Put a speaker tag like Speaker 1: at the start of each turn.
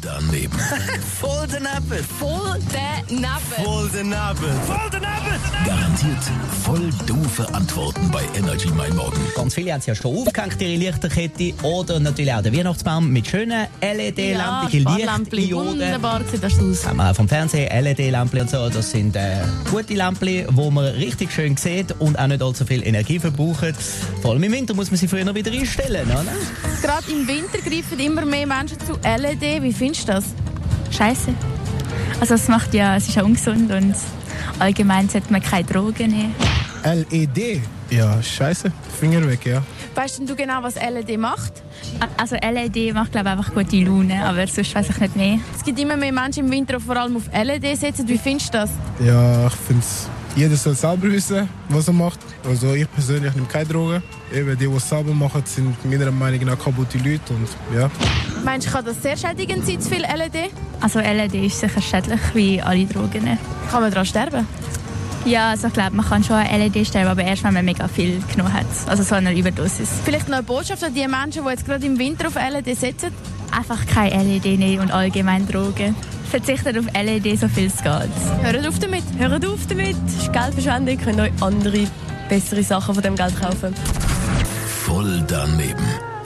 Speaker 1: daneben.
Speaker 2: Voll daneben.
Speaker 3: Voll daneben.
Speaker 2: Voll daneben.
Speaker 1: Voll daneben. Garantiert voll doofe Antworten bei Energy Mein Morgen.
Speaker 2: Ganz viele haben es ja schon aufgehängt, ihre Lichterkette. Oder natürlich auch den Weihnachtsbaum mit schönen E LED-Lämpchen,
Speaker 3: Sparlämpchen, Wunderbar sieht das aus.
Speaker 2: Haben wir auch vom Fernsehen LED-Lämpchen und so. Das sind äh, gute Lämpchen, die man richtig schön sieht und auch nicht allzu viel Energie verbrauchen. Vor allem im Winter muss man sie früher noch wieder einstellen, oder?
Speaker 3: Gerade im Winter greifen immer mehr Menschen zu LED. Wie findest du das?
Speaker 4: Scheiße. Also es macht ja, es ist ja ungesund und allgemein sollte man keine Drogen nehmen.
Speaker 5: LED? E Ja, scheiße. Finger weg, ja.
Speaker 3: Weißt denn du genau, was LED macht?
Speaker 4: Also LED macht glaube ich einfach gute Laune, aber sonst weiß ich nicht mehr.
Speaker 3: Es gibt immer mehr Menschen im Winter, die vor allem auf LED setzen. Wie findest du das?
Speaker 5: Ja, ich finde Jeder soll selber wissen, was er macht. Also ich persönlich nehme keine Drogen. Eben die, die es selber machen, sind meiner Meinung nach kaputte Leute und ja.
Speaker 3: Meinst du, kann das sehr schädigend sein, zu viel E LED?
Speaker 4: Also LED ist sicher schädlich wie alle Drogen.
Speaker 3: Kann man daran sterben?
Speaker 4: Ja, also ich glaube, man kann schon an LED sterben, aber erst, wenn man mega viel genommen hat. Also so eine Überdosis.
Speaker 3: Vielleicht noch eine Botschaft an die Menschen, die jetzt gerade im Winter auf LED setzen.
Speaker 4: Einfach keine LED nehmen und allgemein Drogen. Verzichtet auf LED, so viel es geht.
Speaker 3: Hört auf damit.
Speaker 6: Hört auf damit, das ist Geldverschwendung, könnt euch andere, bessere Sachen von dem Geld kaufen.
Speaker 1: Voll daneben.